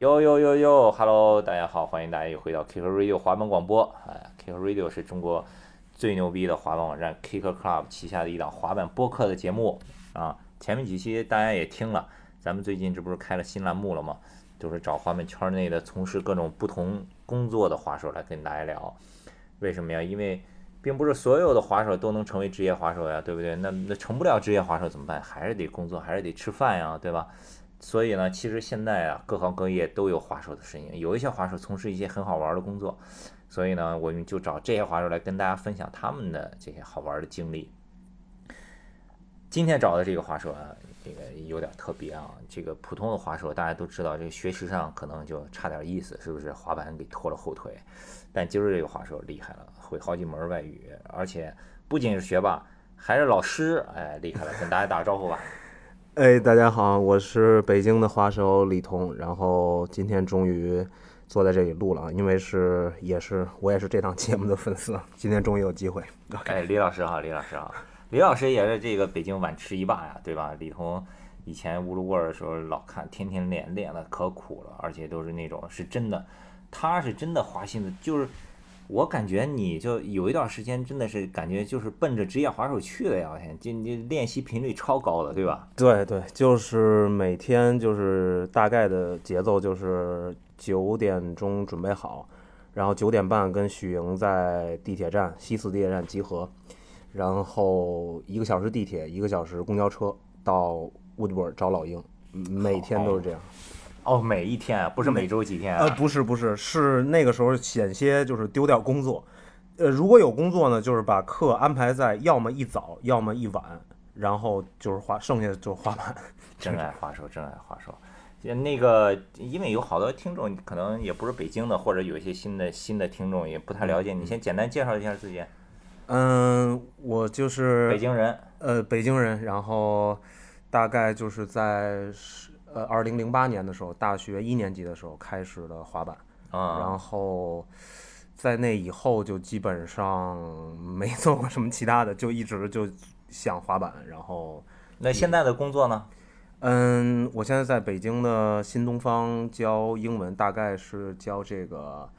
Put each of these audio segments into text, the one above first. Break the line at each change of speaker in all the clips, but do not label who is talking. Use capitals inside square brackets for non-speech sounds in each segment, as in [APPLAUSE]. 哟哟哟哟，Hello，大家好，欢迎大家又回到 Kick Radio 滑板广播。哎，Kick Radio 是中国最牛逼的滑板网站 Kick Club 旗下的一档滑板播客的节目啊。前面几期大家也听了，咱们最近这不是开了新栏目了吗？就是找滑板圈内的从事各种不同工作的滑手来跟大家聊。为什么呀？因为并不是所有的滑手都能成为职业滑手呀，对不对？那那成不了职业滑手怎么办？还是得工作，还是得吃饭呀，对吧？所以呢，其实现在啊，各行各业都有滑手的身影，有一些滑手从事一些很好玩的工作，所以呢，我们就找这些滑手来跟大家分享他们的这些好玩的经历。今天找的这个滑手啊，这个有点特别啊。这个普通的滑手大家都知道，这个学识上可能就差点意思，是不是？滑板给拖了后腿。但今儿这个滑手厉害了，会好几门外语，而且不仅是学霸，还是老师，哎，厉害了！跟大家打个招呼吧。
哎，大家好，我是北京的滑手李彤，然后今天终于坐在这里录了啊，因为是也是我也是这档节目的粉丝，今天终于有机会。
哎，李老师好，李老师好，李老师也是这个北京晚吃一霸呀，对吧？李彤以前乌鲁尔的时候老看，天天练，练的可苦了，而且都是那种是真的，他是真的花心思，就是我感觉你就有一段时间真的是感觉就是奔着职业滑手去的呀，我天，这你练习频率超高的，对吧？
对对，就是每天就是大概的节奏就是九点钟准备好，然后九点半跟许莹在地铁站西四地铁站集合，然后一个小时地铁，一个小时公交车到乌迪布尔找老鹰，嗯每天都是这样。
哦，每一天啊不是每周几天
呃，
啊？
不是不是，是那个时候险些就是丢掉工作。呃，如果有工作呢，就是把课安排在要么一早，要么一晚，然后就是滑，剩下的就是滑板。
[LAUGHS] 真爱滑手，真爱滑手。就那个，因为有好多听众可能也不是北京的，或者有一些新的新的听众也不太了解，你先简单介绍一下自己。
嗯，我就是
北京人，
呃北京人，然后大概就是在十呃二零零八年的时候，大学一年级的时候开始的滑板，
啊、
然后在那以后就基本上没 [LAUGHS] 做过什么其他的，就一直就想滑板，然后。
那现在的工作呢？
嗯，我现在在北京的新东方教英文，大概是教这个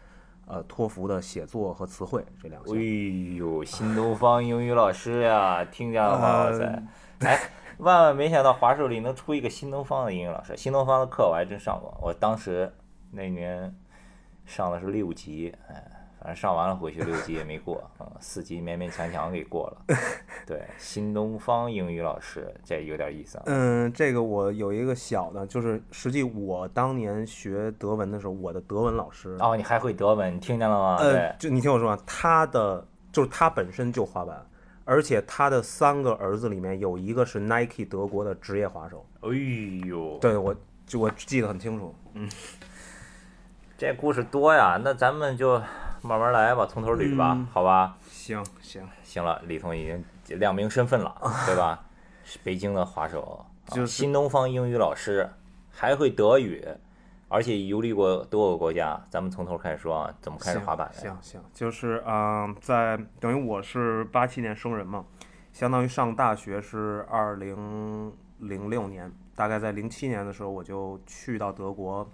呃托福的写作和词汇这两
哎
项。
呦，新东方英语老师 [LAUGHS] 呀，听见了吗？哇
呃
塞，哎，万万没想到华硕里能出一个新东方的英语老师。新东方的课我还真上过，我当时那年上的是六级，哎，反正上完了回去六级也没过，嗯，四级勉勉强强给过 [LAUGHS] 了。对，新东方英语老师这有点意思啊。
嗯，这个我有一个小的，就是实际我当年学德文的时候，我的德文老师，
哦，你还会德文，你听见了吗？对
呃，，就你听我说啊，他的就是他本身就滑板，而且他的三个儿子里面有一个是 Nike 德国的职业滑手。
哎呦，
对，我就我记得很清楚。
这故事多呀，那咱们就慢慢来吧，从头捋吧，好吧？
行行，
行了，李彤已经亮明身
[LAUGHS]
份了，对吧？是北京的滑手，啊
就是
新东方英语老师，还会德语，而且游历过多个国家。咱们从头开始说啊，怎么开始
行
滑板的呀？
行行，就是嗯、在等于我是八七年生人嘛，相当于上大学是二零零六年，大概在零七年的时候我就去到德国，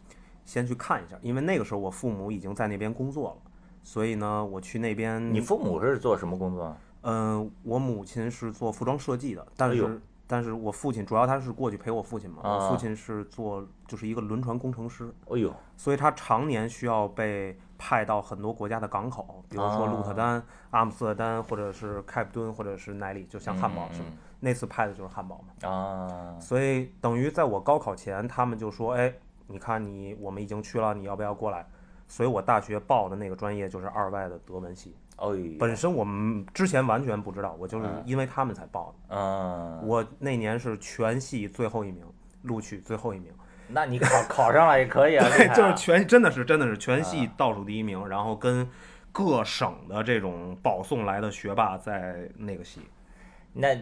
先去看一下，因为那个时候我父母已经在那边工作了，所以呢，我去那边，
你父母是做什么工作啊？
嗯、我母亲是做服装设计的，但
哎
是。
呦
但是我父亲主要他是过去陪我父亲嘛，
啊
我父亲是做就是一个轮船工程师，
哎呦，
所以他常年需要被派到很多国家的港口，比如说鹿特
哦
丹、阿姆斯特丹，或者是开普敦，或者是哪里，就像汉堡
嗯
是吗？那次派的就是汉堡嘛。
啊，
所以等于在我高考前，他们就说：“哎，你看你我们已经去了，你要不要过来？”所以我大学报的那个专业就是二外的德文系，
哎呦，
本身我们之前完全不知道，我就是因为他们才报的。
嗯，
我那年是全系最后一名，录取最后一名。
那你考 [LAUGHS] 考上了也嗯可
[LAUGHS]
以啊，厉害啊
就是全真的是真的是全系倒数第一名，然后跟各省的这种保送来的学霸在那个系。
那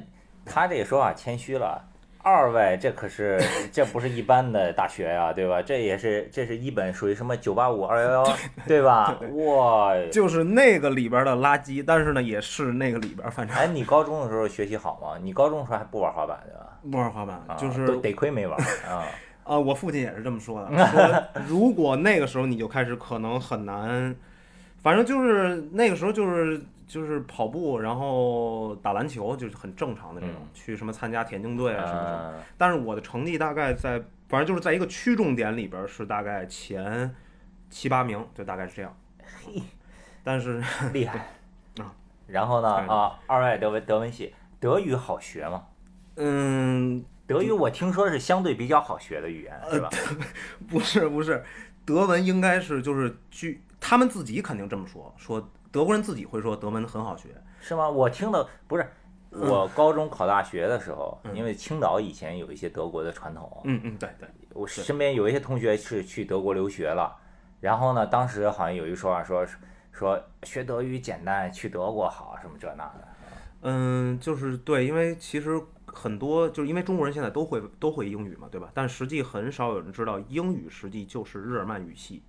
他这说法谦虚了。二外，这可
[LAUGHS]
是这不是一般的大学呀、对吧？这也是这是一本属于什么九八五二幺幺，对吧？哇，
就是那个里边的垃圾，但是呢，也是那个里边， [LAUGHS] 反正
哎，你高中的时候学习好吗？你高中的时候还不玩滑板对吧？
不玩滑板
啊，
就是 [LAUGHS]
都得亏没玩啊。
啊，我父亲也是这么说
[LAUGHS]
的，说如果那个时候你就开始，可能很难，反正就是那个时候就是就是跑步，然后打篮球，就是很正常的这种，
嗯
去什么参加田径队啊什么什么。
嗯
但是我的成绩大概在，反正就是在一个区重点里边儿是大概前七八名，就大概是这样。但是 [LAUGHS]
厉害
啊。
然后呢
看着
啊，二外德文德文系，德语好学吗？
嗯，
德语我听说是相对比较好学的语言，
呃
是吧？
不是不是，德文应该是就是据他们自己肯定这么说，说德国人自己会说德文很好学。
是吗？我听的不是。
嗯
我高中考大学的时候，因为青岛以前有一些德国的传统，
嗯嗯，对对，
我身边有一些同学是去德国留学了，然后呢，当时好像有一说法说说学德语简单，去德国好什么这那的。
嗯，就是对，因为其实很多就是因为中国人现在都会都会英语嘛，对吧？但实际很少有人知道英语实际就是日耳曼语系。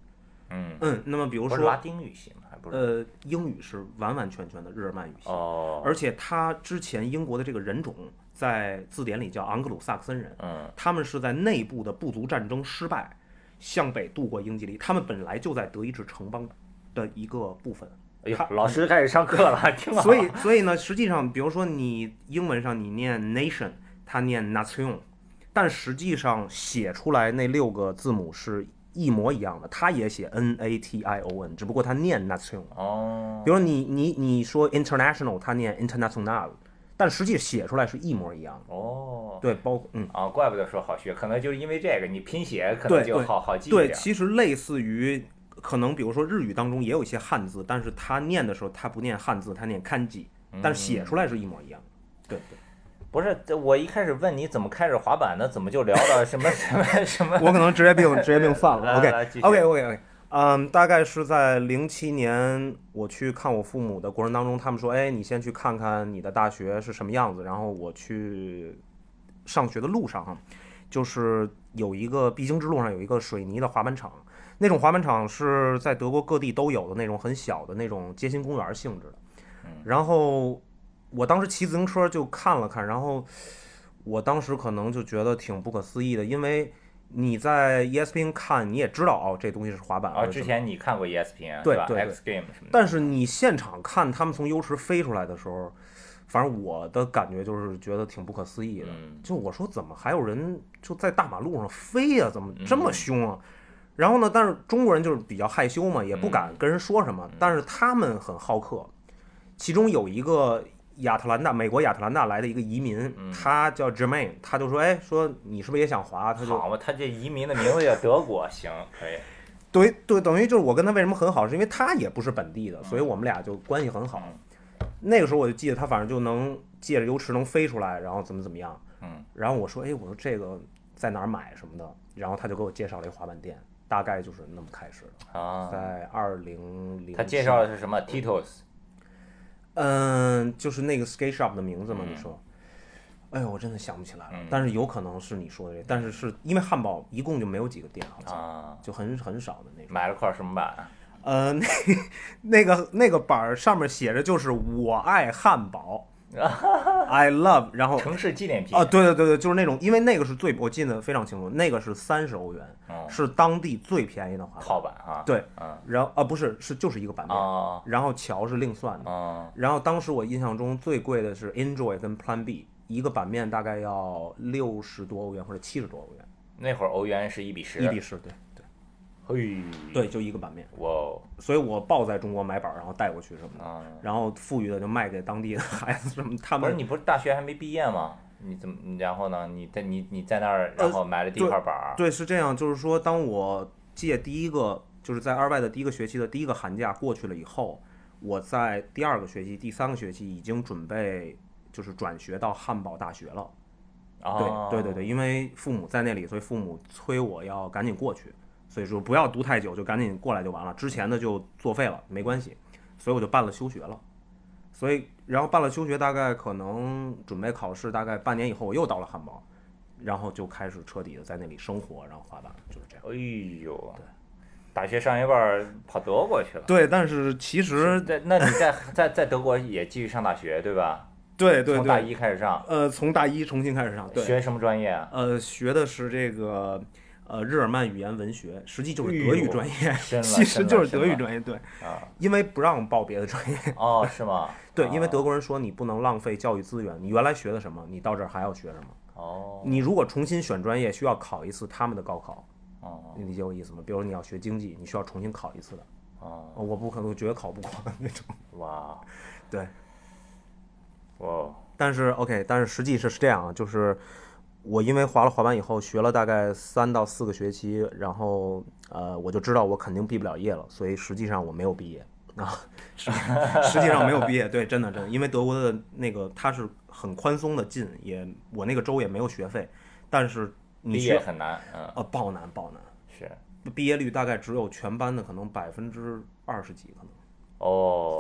嗯，
嗯，那么比如
不是拉
说，
丁语系吗？还不是？
呃，英语是完完全全的日耳曼语系，
哦，
而且它之前英国的这个人种在字典里叫昂格鲁萨克森人。
嗯
他们是在内部的部族战争失败，向北渡过英吉利。他们本来就在德意志城邦的一个部分，
哎呦
他，
老师开始上课了，
[LAUGHS]
听好。
所以所以呢，实际上，比如说你英文上你念 nation，他念 nation，但实际上写出来那六个字母是一模一样的，他也写 n a t i o n，只不过他念 nation。
哦
比如你你你说 international，他念 international，但实际写出来是一模一样的。
哦
对，包括嗯。
啊，怪不得说好学，可能就是因为这个，你拼写可能
对
就
对
好好记一
对，
点。
其实类似于可能比如说日语当中也有一些汉字，但是他念的时候他不念汉字，他念汉字，
嗯
但是写出来是一模一样的。对对，
不是，这我一开始问你怎么开始滑板的，怎么就聊到什么 [LAUGHS] 什么什么？
我可能职业病
[LAUGHS]
职业病犯
来
了。
来
OK
来继续
OK OK OK，嗯，大概是在零七年我去看我父母的过程当中，他们说，哎，你先去看看你的大学是什么样子，然后我去上学的路上哈，就是有一个必经之路上有一个水泥的滑板场，那种滑板场是在德国各地都有的那种很小的那种街心公园性质的。
嗯
然后我当时骑自行车就看了看，然后我当时可能就觉得挺不可思议的，因为你在 E ESPN 看你也知道哦，这东西是滑板
啊，
或者什
之
么
前你看过 ESPN
对
是吧
对对
？X Game 什么的。
但是你现场看他们从优池飞出来的时候，反正我的感觉就是觉得挺不可思议的。
嗯
就我说怎么还有人就在大马路上飞呀、怎么这么凶啊？然后呢，但是中国人就是比较害羞嘛，也不敢跟人说什么。但是他们很好客，其中有一个亚特兰大，美国亚特兰大来的一个移民，他叫 Jermaine，他就说，哎，说你是不是也想滑？他就
好嘛，他这移民的名字叫德国，行，可以。
对对，等于就是我跟他为什么很好，是因为他也不是本地的，所以我们俩就关系很好。那个时候我就记得他反正就能借着油池能飞出来，然后怎么怎么样。
嗯，
然后我说，哎，我说这个在哪儿买什么的，然后他就给我介绍了一个滑板店，大概就是那么开始的，
啊，
在二零零。
他介绍的是什么？Titos
嗯，就是那个 skate shop 的名字嘛，
嗯
你说。哎呦，我真的想不起来了，但是有可能是你说的这，但是是因为汉堡一共就没有几个店，好像、
啊，
就很很少的那种。
买了块什么板？
呃，那那个那个板儿上面写着就是“我爱汉
[LAUGHS]
堡 ”，I love，然后
城市纪念品
啊，对对对对，就是那种，因为那个是最我记得非常清楚，那个是三十欧元，
哦
是当地最便宜的滑板。
套板啊。
对，
嗯
然后啊不是是就是一个板面，
啊
然后桥是另算的。
啊
然后当时我印象中最贵的是 Enjoy 跟 Plan B，一个板面大概要六十多欧元或者七十多欧元，
那会儿欧元是一嗯比十，
一比十，对对
嘿，
对，就一个板面。
哇哦，
所以我报在中国买板儿，然后带过去什么的，
啊，
然后富裕的就卖给当地的孩子什么，他
不
们
是你不是大学还没毕业吗？你怎么？你然后呢？你在你你在那儿，然后买了第一块板儿，
呃对，是这样，就是说，当我借第一个，就是在二外的第一个学期的第一个寒假过去了以后，我在第二个学期、第三个学期已经准备就是转学到汉堡大学了。
啊，
对对对对，因为父母在那里，所以父母催我要赶紧过去，所以说不要读太久，就赶紧过来就完了。之前的就作废了，没关系，所以我就办了休学了。所以，然后办了休学，大概可能准备考试，大概半年以后，我又到了汉堡，然后就开始彻底的在那里生活，然后滑板，就是这样。
哎呦，大学上一半儿跑德国去了。
对，但是其实
在那你在在在德国也继续上大学对吧？
对对
从大
对，
一开始上，
呃，从大一重新开始上，对，
学什么专业啊？
呃，学的是这个呃日耳曼语言文学，实际就是
哎
德语
呦
专业， [LAUGHS]
深了深
其实
了
就是
深
德语
了
专业。对，
啊，
因为不让报别的专业，
哦，是吗？
对，因为
啊
德国人说你不能浪费教育资源，你原来学的什么，你到这儿还要学什么。
哦，
你如果重新选专业，需要考一次他们的高考，
哦，
你理解我意思吗？比如你要学经济，你需要重新考一次的。
哦，
我不可能觉得考不过那种。
哇，哦
对，
哇哦，
但是 OK，但是实际是是这样啊，就是我因为滑了滑板以后学了大概三到四个学期，然后呃我就知道我肯定毕不了业了，所以实际上我没有毕业啊，实际 [LAUGHS] 实际上没有毕业，对，真的真的，因为德国的那个它是很宽松的进，也我那个州也没有学费，但是你
毕
需
业
要
很难，嗯，
呃爆难爆难，
是，
毕业率大概只有全班的可能百分之二十几可能。
哦，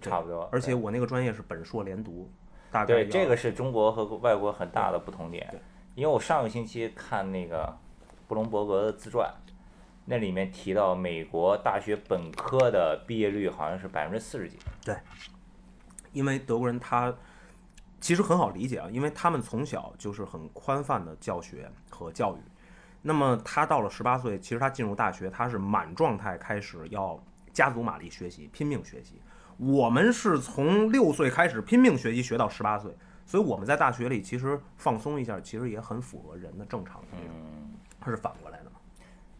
在
差不多，
而且我那个专业是本硕连读，大概
对，这
要
个是中国和外国很大的不同点，因为我上个星期看那个布隆伯格的自传，那里面提到美国大学本科的毕业率好像是百分之四十几，
因为德国人他其实很好理解啊，因为他们从小就是很宽泛的教学和教育。那么他到了十八岁，其实他进入大学，他是满状态开始要加足马力学习，拼命学习。我们是从六岁开始拼命学习，学到十八岁，所以我们在大学里其实放松一下，其实也很符合人的正常的这种，它是反过来的嘛。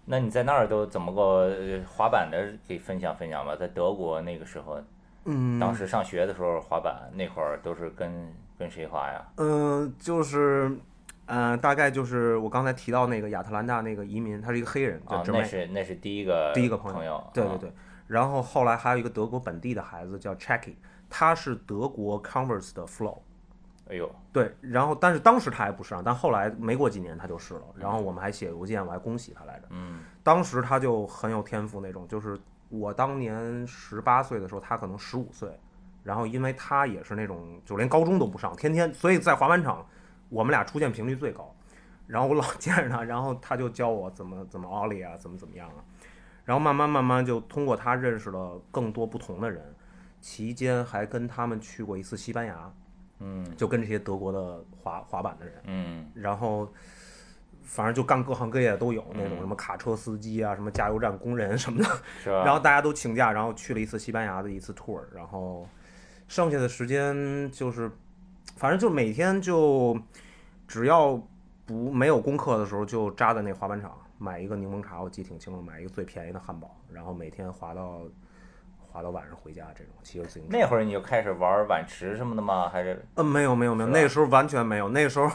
那你在那儿都怎么个呃滑板的给分享分享吧？在德国那个时候，嗯，当时上学的时候滑板那会儿都是跟跟谁滑呀？
嗯、就是，嗯、大概就是我刚才提到那个亚特兰大那个移民，他是一个黑人，叫
啊，
直
那
妹，
是那是第一个
第一个
朋
朋
友
对
啊
对对。然后后来还有一个德国本地的孩子叫 Checky，他是德国 Converse 的 Flow。
哎呦，
对，然后但是当时他还不是啊，但后来没过几年他就是了。然后我们还写邮件，我还恭喜他来着。
嗯，
当时他就很有天赋那种，就是我当年十八岁的时候，他可能十五岁，然后因为他也是那种就连高中都不上，天天所以在滑板场我们俩出现频率最高，然后我老见着他，然后他就教我怎么怎么奥利啊，怎么怎么样啊，然后慢慢慢慢就通过他认识了更多不同的人，期间还跟他们去过一次西班牙，
嗯，
就跟这些德国的滑滑板的人。
嗯，
然后反正就干各行各业的都有，那种什么卡车司机啊，什么加油站工人什么的。
嗯是吧？
[LAUGHS] 然后大家都请假，然后去了一次西班牙的一次 tour，然后剩下的时间就是，反正就每天就只要不没有功课的时候，就扎在那滑板场买一个柠檬茶，我记得挺清楚，买一个最便宜的汉堡，然后每天滑到滑到晚上回家这种，骑着自行车。
那会儿你就开始玩碗池什么的吗？还是
呃，没有没有没有，
是吧
那个时候完全没有，那个时候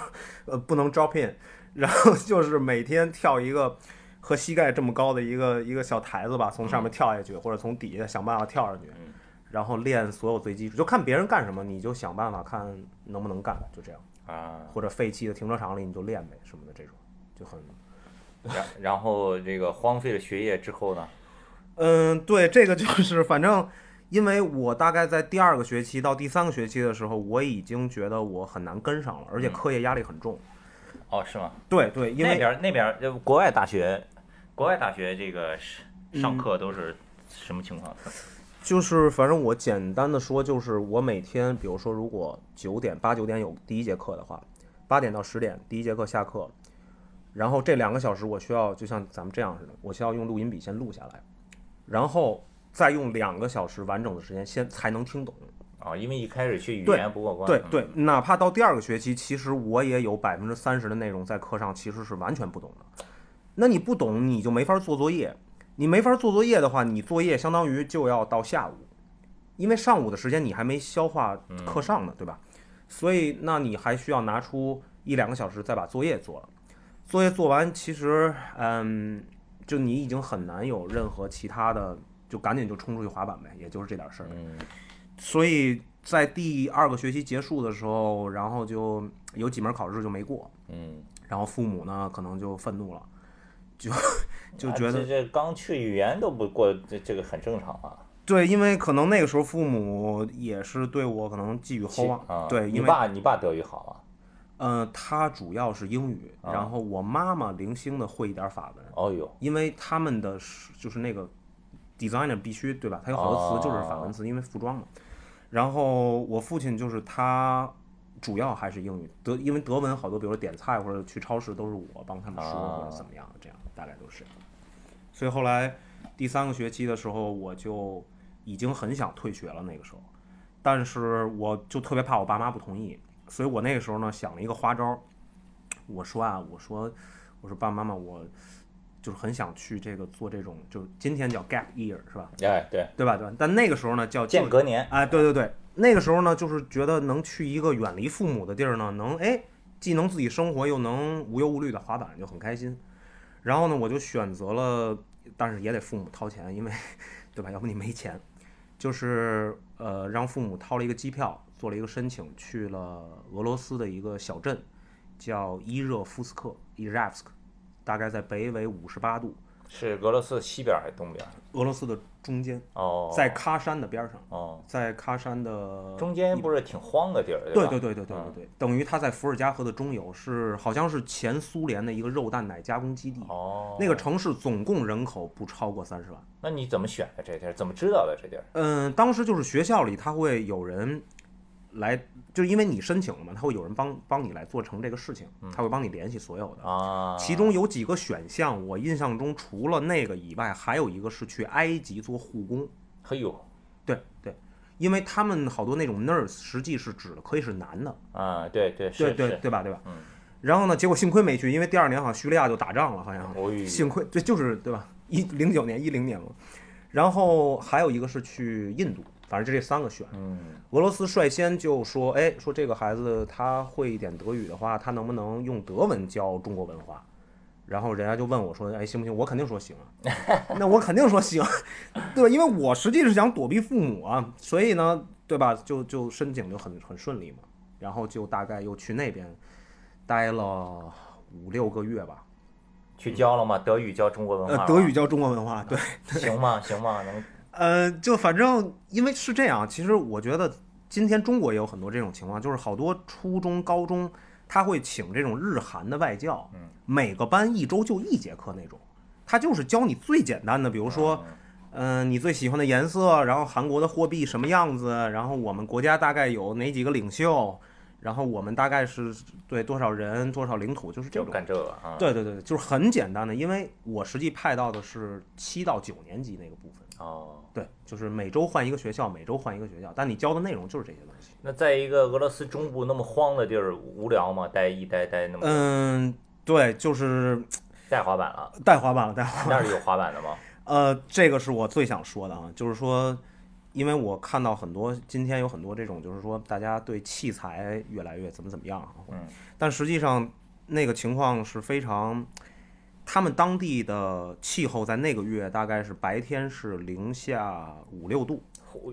呃不能招聘，然后就是每天跳一个和膝盖这么高的一个一个小台子吧，从上面跳下去，或者从底下想办法跳上去，
嗯
然后练所有最基础，就看别人干什么，你就想办法看能不能干，就这样，
啊？
或者废弃的停车场里你就练呗什么的这种，就很。
然 [LAUGHS] 然后这个荒废了学业之后呢？
嗯，对，这个就是反正，因为我大概在第二个学期到第三个学期的时候，我已经觉得我很难跟上了，而且
嗯
课业压力很重。
哦，是吗？
对对，因为
那边儿那边儿呃国外大学，国外大学这个是
嗯
上课都是什么
[LAUGHS]
情况？
就是反正我简单的说，就是我每天，比如说如果九点八九点有第一节课的话，八点到十点第一节课下课，然后这两个小时我需要就像咱们这样似的，我需要用录音笔先录下来，然后再用两个小时完整的时间先才能听懂。
哦，因为一开始去语
对
言不过关。
对
嗯
对，哪怕到第二个学期，其实我也有百分之三十的内容在课上其实是完全不懂的。那你不懂，你就没法做作业。你没法做作业的话，你作业相当于就要到下午，因为上午的时间你还没消化课上呢，对吧？所以那你还需要拿出一两个小时再把作业做了。作业做完，其实嗯，就你已经很难有任何其他的，就赶紧就冲出去滑板呗，也就是这点事儿。
嗯，
所以在第二个学期结束的时候，然后就有几门考试就没过，
嗯，
然后父母呢可能就愤怒了，
[LAUGHS]
就就
啊这
觉得
这刚去语言都不过，这这个很正常啊。
对，因为可能那个时候父母也是对我可能寄予厚望，
啊，
对，
你
因为
爸你爸德语好啊吗？
呃他主要是英语，
啊
然后我妈妈零星的会一点法文，
哦呦，
因为他们的是就是那个 designer 必须对吧？它有好多词就是
哦
法文词，因为服装嘛。然后我父亲就是他主要还是英语德，因为德文好多，比如说点菜或者去超市都是我帮他们说
啊
或者怎么样，这样大概都是。所以后来第三个学期的时候，我就已经很想退学了那个时候，但是我就特别怕我爸妈不同意，所以我那个时候呢想了一个花招儿，我说啊，我说我说爸爸妈妈，我就是很想去这个做这种，就是今天叫 gap year 是吧？
哎，对，
对吧？对吧？但那个时候呢叫就
间隔年，
哎，对对对，那个时候呢，就是觉得能去一个远离父母的地儿呢，能哎，既能自己生活，又能无忧无虑的滑板，就很开心。然后呢，我就选择了，但是也得父母掏钱，因为对吧？要不你没钱。就是呃，让父母掏了一个机票，做了一个申请，去了俄罗斯的一个小镇，叫伊热夫斯克 （Iravsk），大概在北纬五十八度，
是俄罗斯西边还是东边？
俄罗斯的中间，
哦，
在喀山的边儿上，
哦，
在喀山的
中间不是挺荒的地儿，
对
吧？嗯
对对对对对对，等于它在伏尔加河的中游是好像是前苏联的一个肉蛋奶加工基地，
哦，
那个城市总共人口不超过三十万。
那你怎么选的这地儿？怎么知道的这地儿？
嗯，当时就是学校里他会有人来，就是因为你申请了嘛，他会有人帮帮你来做成这个事情，他会帮你联系所有的。
嗯啊，
其中有几个选项，我印象中除了那个以外，还有一个是去埃及做护工。
嘿呦，
对对，因为他们好多那种 nurse 实际是指的可以是男的，
啊，对对是
对对
是，
对吧？对吧？
嗯。
然后呢，结果幸亏没去，因为第二年好像叙利亚就打仗了，好像
哦呦
幸亏这就是对吧？一零九年、一零年嘛。然后还有一个是去印度，反正就这三个选。
嗯，
俄罗斯率先就说，哎，说这个孩子他会一点德语的话，他能不能用德文教中国文化？然后人家就问我说，哎，行不行？我肯定说行啊，
[LAUGHS]
那我肯定说行，对吧？因为我实际是想躲避父母啊，所以呢，对吧？就就申请就很很顺利嘛，然后就大概又去那边待了五六个月吧，
去教了吗？德语教中国文化
呃，
吗，
德语 [LAUGHS] 教中国文化，对。
[LAUGHS] 行吗？行吗？能
呃，就反正因为是这样，其实我觉得今天中国也有很多这种情况，就是好多初中、高中他会请这种日韩的外教，
嗯
每个班一周就一节课那种，他就是教你最简单的，比如说，嗯、你最喜欢的颜色，然后韩国的货币什么样子，然后我们国家大概有哪几个领袖，然后我们大概是对多少人、多少领土，就是这
就
种。
干这个啊？
对对对，对就是很简单的，因为我实际派到的是七到九年级那个部分。
哦。
对，就是每周换一个学校，每周换一个学校，但你教的内容就是这些东西。
那在一个俄罗斯中部那么荒的地儿，无聊吗？待一待待那么
嗯，对，就是
带滑板
[LAUGHS]
了，
带滑板了，带滑
那儿有滑板的吗？
呃，这个是我最想说的啊，就是说，因为我看到很多今天有很多这种，就是说大家对器材越来越怎么怎么样啊，
嗯，
但实际上那个情况是非常，他们当地的气候在那个月大概是白天是零下五六度，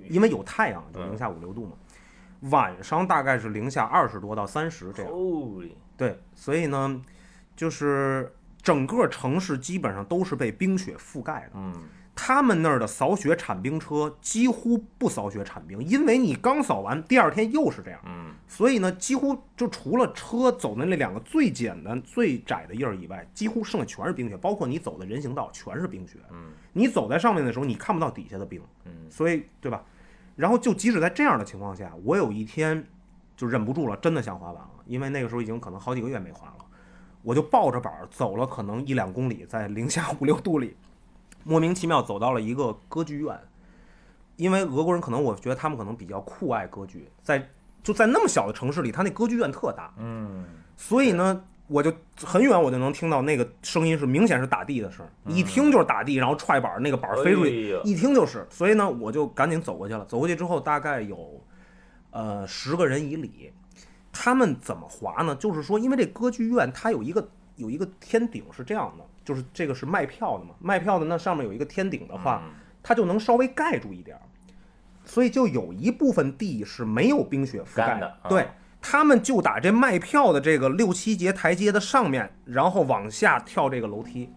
因为有太阳就零下五六度嘛，晚上大概是零下二十多到三十这样。
Holy，
对，所以呢，就是整个城市基本上都是被冰雪覆盖的。
嗯，
他们那儿的扫雪铲冰车几乎不扫雪铲冰，因为你刚扫完，第二天又是这样。
嗯，
所以呢，几乎就除了车走的那两个最简单、最窄的印儿以外，几乎剩下全是冰雪，包括你走的人行道全是冰雪。
嗯，
你走在上面的时候，你看不到底下的冰。
嗯，
所以对吧？然后就即使在这样的情况下，我有一天就忍不住了，真的想滑板了，因为那个时候已经可能好几个月没滑了，我就抱着板儿走了可能一两公里，在零下五六度里，莫名其妙走到了一个歌剧院，因为俄国人可能我觉得他们可能比较酷爱歌剧，在就在那么小的城市里，他那歌剧院特大，
嗯，
所以呢，我就很远我就能听到那个声音是明显是打地的声儿，一听就是打地，然后踹板儿那个板儿飞出去，
嗯哎呦
一听就是。所以呢，我就赶紧走过去了。走过去之后，大概有呃十个人以里，他们怎么滑呢？就是说，因为这歌剧院它有一个有一个天顶是这样的，就是这个是卖票的嘛，卖票的那上面有一个天顶的话，
嗯
它就能稍微盖住一点儿，所以就有一部分地是没有冰雪覆盖
干的啊
对。他们就打这卖票的这个六七节台阶的上面，然后往下跳这个楼梯，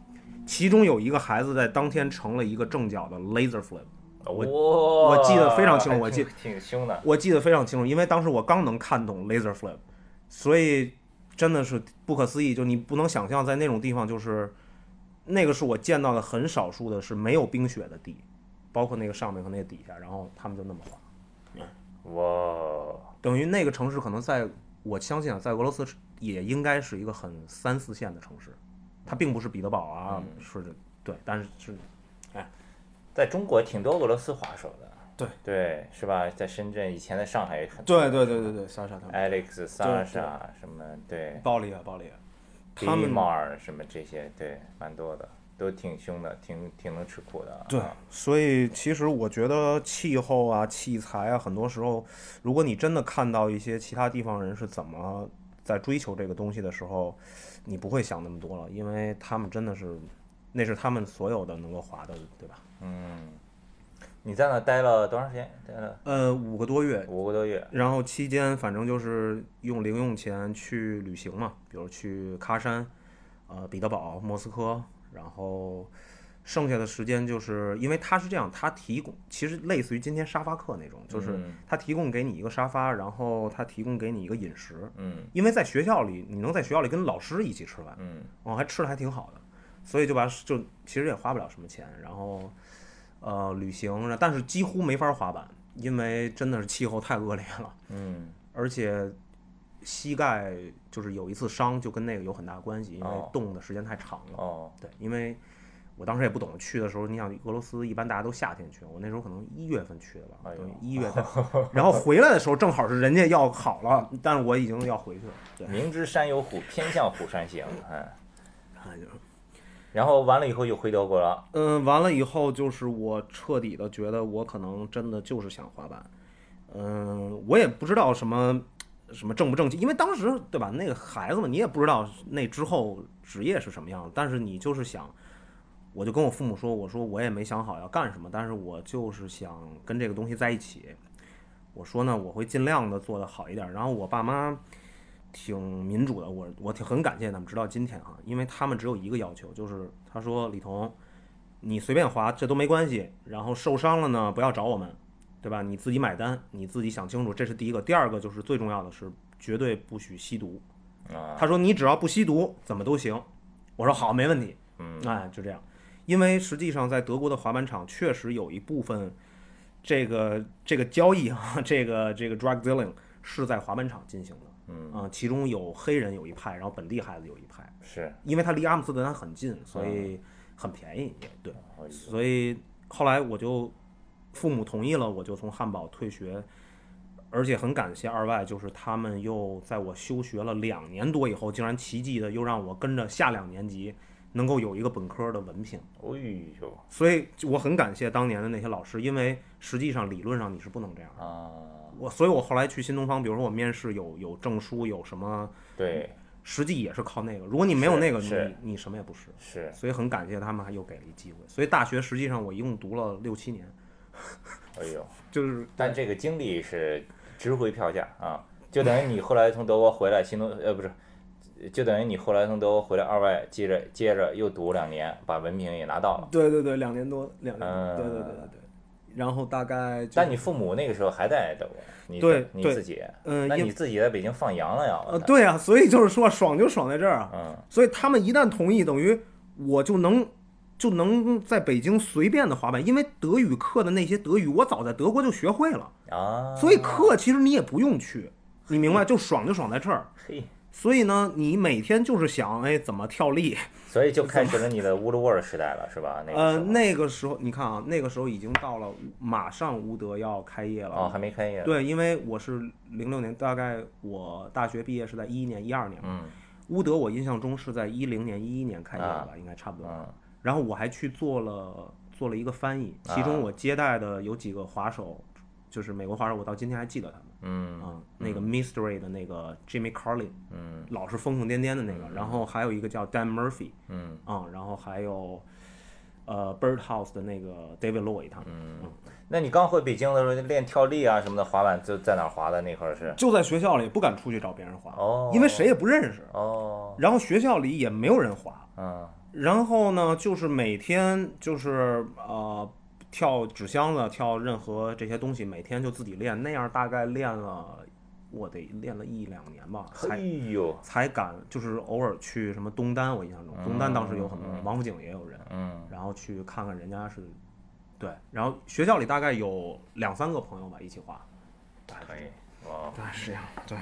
其中有一个孩子在当天成了一个正角的 laser flip，
我
我记得非常清楚我记
哎挺凶的，
我记得非常清楚，因为当时我刚能看懂 laser flip，所以真的是不可思议，就你不能想象在那种地方，就是那个是我见到的很少数的是没有冰雪的地，包括那个上面和那个底下，然后他们就那么滑，
哇，
等于那个城市可能在我相信啊，在俄罗斯是也应该是一个很三四线的城市，它并不是彼得堡啊，是的，对，但是是
在中国挺多俄罗斯滑手的，
对
对，是吧？在深圳，以前在上海也很多
对对对对对，莎莎他们，
，Alex、Sasha 什么对
暴力啊暴力啊，
d
他
i
们
m a r 什么这些，对，蛮多的，都挺凶的，挺挺能吃苦的啊。
对，所以其实我觉得气候啊、器材啊，很多时候，如果你真的看到一些其他地方人是怎么在追求这个东西的时候，你不会想那么多了，因为他们真的是，那是他们所有的能够滑的，对吧？
你在那待了多长时间？待了
呃，五个多月，
五个多月。
然后期间反正就是用零用钱去旅行嘛，比如去喀山、呃彼得堡、莫斯科，然后剩下的时间就是因为它是这样，它提供其实类似于今天沙发客那种，就是
嗯
它提供给你一个沙发，然后它提供给你一个饮食，
嗯
因为在学校里你能在学校里跟老师一起吃饭，
嗯
哦，还吃的还挺好的，所以就把就其实也花不了什么钱，然后呃旅行，但是几乎没法滑板，因为真的是气候太恶劣了，
嗯，
而且膝盖就是有一次伤就跟那个有很大关系，因为
哦
冻的时间太长了。
哦，
对，因为我当时也不懂，去的时候你想俄罗斯一般大家都夏天去，我那时候可能一月份去的吧
哎，呦
等于
[LAUGHS]
一月份，然后回来的时候正好是人家要好了，但是我已经要回去了，对，
明知山有虎，偏向虎山行。嗯，
[LAUGHS] 哎就
然后完了以后又回德国了。
嗯，完了以后就是我彻底的觉得我可能真的就是想滑板，嗯，我也不知道什么什么正不正经，因为当时对吧，那个孩子嘛，你也不知道那呃之后职业是什么样的，但是你就是想，我就跟我父母说，我说我也没想好要干什么，但是我就是想跟这个东西在一起。我说呢，我会尽量的做得好一点，然后我爸妈挺民主的，我我挺很感谢他们，直到今天啊，因为他们只有一个要求，就是他说李彤。你随便滑，这都没关系。然后受伤了呢，不要找我们，对吧？你自己买单，你自己想清楚，这是第一个。第二个就是最重要的是，绝对不许吸毒。
啊，
他说你只要不吸毒，怎么都行。我说好，没问题。
嗯，
哎，就这样。因为实际上在德国的滑板场确实有一部分这个这个交易啊，这个这个 drug dealing 是在滑板场进行的。
嗯
啊、其中有黑人有一派，然后本地孩子有一派。
是。
因为它离阿姆斯特丹很近，所
啊
以很便宜，也对。
哎呦
所以后来我就父母同意了，我就从汉堡退学，而且很感谢二外，就是他们又在我休学了两年多以后，竟然奇迹的又让我跟着下两年级能够有一个本科的文凭，
哎呦
所以我很感谢当年的那些老师，因为实际上理论上你是不能这样的。
啊，
我，所以我后来去新东方，比如说我面试有有证书，有什么，
对，
实际也是靠那个。如果你没有那个，
是是
你你什么也不是。
是
所以很感谢他们还又给了一机会。所以大学实际上我一共读了六七年，
哎呦，
就是
但这个经历是值回票价啊！就等于你后来从德国回来，新东呃不是，就等于你后来从德国回来，二外接着接着又读两年，把文凭也拿到了。
对对对，两年多，两年
嗯
多，对对对对对。然后大概就
但你父母那个时候还在德国，你
对
你
对
自己，
嗯
那
因
你自己在北京放羊了呀？
呃
我操
对啊，所以就是说爽就爽在这儿啊。
嗯，
所以他们一旦同意，等于我就能就能在北京随便的滑板，因为德语课的那些德语我早在德国就学会了，
啊，
所以课其实你也不用去，你明白？就爽就爽在这儿。
嘿，
所以呢，你每天就是想，哎，怎么跳力，
所以就开始了你的乌鲁沃尔时代了，是吧？那个
呃，
时候
那个时候你看啊，那个时候已经到了马上乌德要开业了。
哦还没开业，，
对，因为我是零六年，大概我大学毕业是在一一年、一二年。
嗯
乌德我印象中是在一零年、一一年开业的吧，应该差不多。
嗯
然后我还去做了做了一个翻译，其
啊
中我接待的有几个滑手，就是美国滑手，我到今天还记得他们。
嗯
啊，那个 Mystery 的那个 Jimmy Carlin，
嗯，
老是疯疯癫癫的那个，然后还有一个叫 Dan Murphy，
嗯
啊、然后还有呃 Birdhouse 的那个 David Lloyd 他们，
嗯。那你刚回北京的时候练跳力啊什么的，滑板就在哪儿滑的那会儿是？
就在学校里不敢出去找别人滑，
哦，
因为谁也不认识，
哦，
然后学校里也没有人滑，
嗯
然后呢，就是每天就是呃跳纸箱子、跳任何这些东西，每天就自己练，那样大概练了我得练了一两年吧，，
哎
才。
呦，
才敢就是偶尔去什么东单，我印象中东单当时有很多人，王府井也有人，
嗯
然后去看看人家是，对，然后学校里大概有两三个朋友吧，一起滑，
可以，哇，哦
大概是这样，对，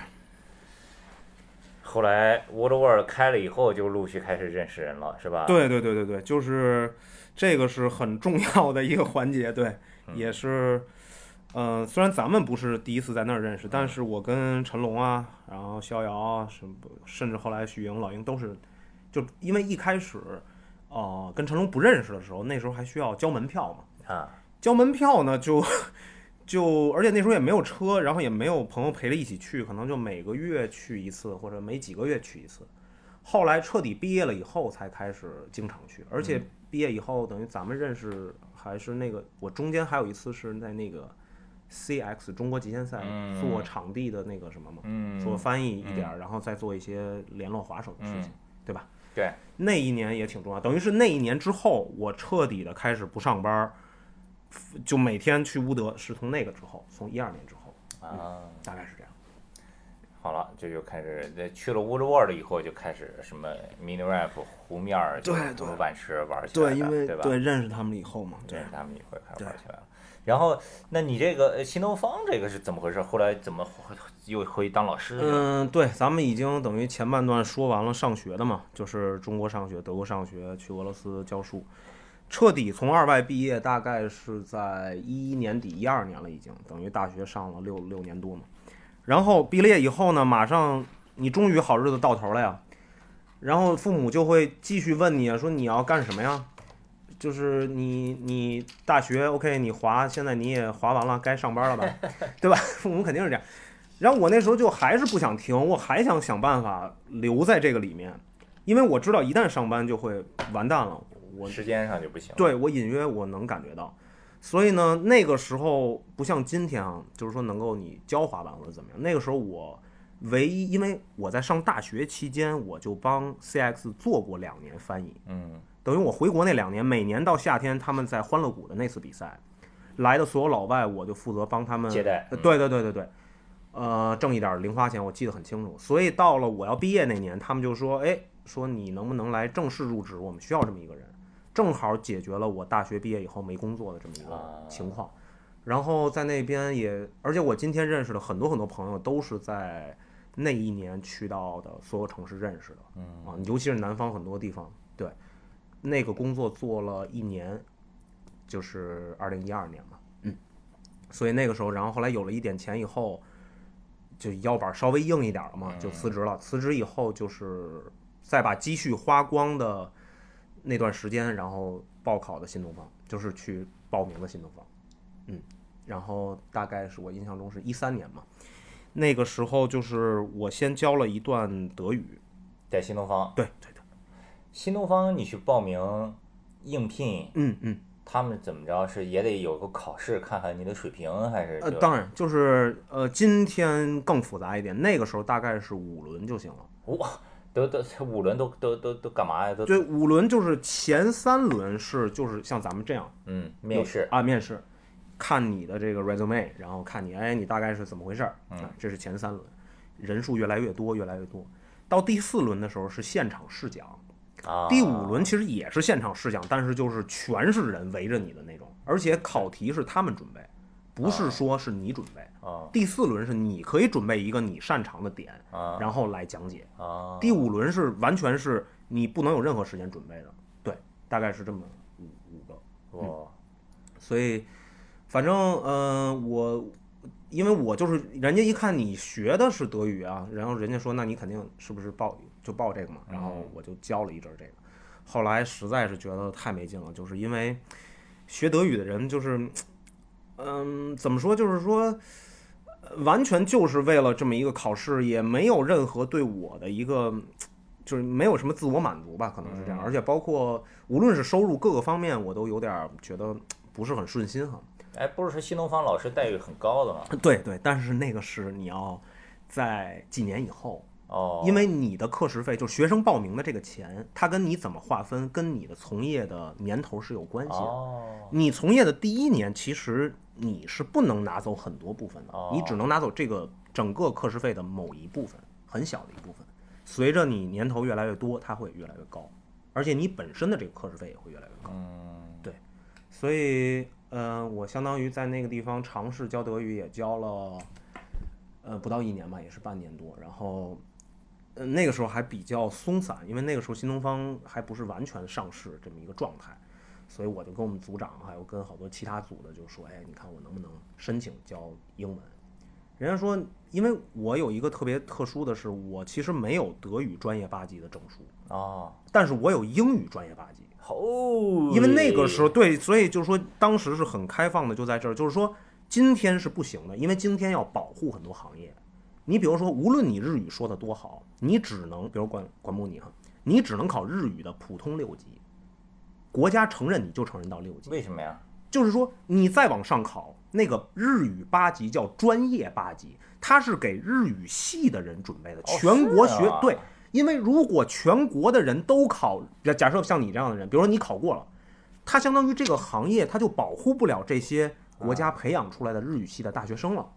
后来 Woodward 开了以后，就陆续开始认识人了，是吧？
对对对对对，就是这个是很重要的一个环节，对，也是，呃，虽然咱们不是第一次在那儿认识，但是我跟陈龙啊，然后逍遥啊，什么，甚至后来许莹、老鹰都是，就因为一开始，呃，跟陈龙不认识的时候，那时候还需要交门票嘛，
啊，
交门票呢就就，而且那时候也没有车，然后也没有朋友陪着一起去，可能就每个月去一次，或者每几个月去一次。后来彻底毕业了以后，才开始经常去，而
嗯
且毕业以后，等于咱们认识还是那个，我中间还有一次是在那个 CX 中国极限赛
嗯
做场地的那个什么嘛，
嗯，嗯
做翻译一点儿，然后再做一些联络滑手的事情，对吧？
对，
那一年也挺重要，等于是那一年之后，我彻底的开始不上班儿，就每天去乌德，是从那个之后，从一二年之后，
啊，
大概是这样。
好了，这就开始那去了 Woodward 以后，就开始什么 mini wrap 湖面儿，
对
就是什么
对
碗池玩起来了，对吧？
认识他们以后嘛，
认识他们以后开始玩起来了。然后，那你这个呃新东方这个是怎么回事？后来怎么回又回当老师去了？
嗯，对，咱们已经等于前半段说完了上学的嘛，就是中国上学、德国上学，去俄罗斯教书，彻底从二外毕业，大概是在一一年底、一二年了，已经等于大学上了六六年多嘛。然后毕了业以后呢，马上你终于好日子到头了呀，然后父母就会继续问你啊，说你要干什么呀？就是你你大学 OK，你滑，现在你也滑完了，该上班了吧，对吧？父母肯定是这样。然后我那时候就还是不想停，我还想想办法留在这个里面，因为我知道一旦上班就会完蛋了。我
时间上就不行了。
对我隐约我能感觉到，所以呢，那个时候不像今天啊，就是说能够你教滑板或者怎么样。那个时候我唯一，因为我在上大学期间，我就帮 CX 做过两年翻译，
嗯，
等于我回国那两年，每年到夏天他们在欢乐谷的那次比赛，来的所有老外，我就负责帮他们
接待
呃对对对对对，呃，挣一点零花钱，我记得很清楚。所以到了我要毕业那年，他们就说：“哎，说你能不能来正式入职？我们需要这么一个人。”正好解决了我大学毕业以后没工作的这么一
啊
个情况。然后在那边也，而且我今天认识的很多很多朋友都是在那一年去到的所有城市认识的，嗯啊，尤其是南方很多地方，对，那个工作做了一年，就是二零一二年嘛，嗯，所以那个时候，然后后来有了一点钱以后，就腰板稍微硬一点了嘛，就辞职了。辞职以后就是再把积蓄花光的那段时间，然后报考的新东方，就是去报名的新东方，嗯，然后大概是我印象中是一三年嘛。那个时候就是我先教了一段德语，
在新东方，
对对对，
新东方你去报名应聘，
嗯嗯，
他们怎么着是也得有个考试，看看你的水平还是
呃，
就
当然就是呃，今天更复杂一点，那个时候大概是五轮就行了。
哇，都都五轮都都都都干嘛呀？都
对，五轮就是前三轮是就是像咱们这样
嗯，面试
啊，面试，看你的这个 resume，然后看你哎你大概是怎么回事儿
嗯
啊，这是前三轮，人数越来越多，越来越多。到第四轮的时候是现场试讲，
啊，
第五轮其实也是现场试讲，但是就是全是人围着你的那种，而且考题是他们准备，不是说是你准备。
啊
第四轮是你可以准备一个你擅长的点，
啊
然后来讲解。
啊，
第五轮是完全是你不能有任何时间准备的，对，大概是这么五五个。
哇，
所以，反正嗯、呃我因为我就是人家一看你学的是德语啊，然后人家说那你肯定是不是报就报这个嘛，然后我就教了一阵儿这个，后来实在是觉得太没劲了，就是因为学德语的人就是，嗯、怎么说就是说。呃完全就是为了这么一个考试，也没有任何对我的一个，就是没有什么自我满足吧，可能是这样。而且包括无论是收入各个方面，我都有点儿觉得不是很顺心哈。
哎，不是说新东方老师待遇很高的吗？
[LAUGHS] 对对，但是那个是你要在几年以后，
哦，
因为你的课时费就是学生报名的这个钱，它跟你怎么划分，跟你的从业的年头是有关系的。
哦，
你从业的第一年，其实你是不能拿走很多部分的，
哦
你只能拿走这个整个课时费的某一部分，很小的一部分。随着你年头越来越多，它会越来越高，而且你本身的这个课时费也会越来越高。
嗯，
所以，呃，我相当于在那个地方尝试教德语，也教了，呃，不到一年吧，也是半年多。然后呃那个时候还比较松散，因为那个时候新东方还不是完全上市这么一个状态，所以我就跟我们组长还有跟好多其他组的就说，哎，你看我能不能申请教英文？人家说，因为我有一个特别特殊的是，我其实没有德语专业八级的证书，
哦，
但是我有英语专业八级。
哦，
因为那个时候对，所以就是说当时是很开放的，就在这儿，就是说今天是不行的，因为今天要保护很多行业。你比如说，无论你日语说的多好，你只能，比如管管木你哈，你只能考日语的普通六级，国家承认你就承认到六级，
为什么呀？
就是说你再往上考，那个日语八级叫专业八级，它是给日语系的人准备的，
哦
全国
是
学、
啊
对。因为如果全国的人都考，假假设像你这样的人，比如说你考过了，它相当于这个行业它就保护不了这些国
啊
家培养出来的日语系的大学生了，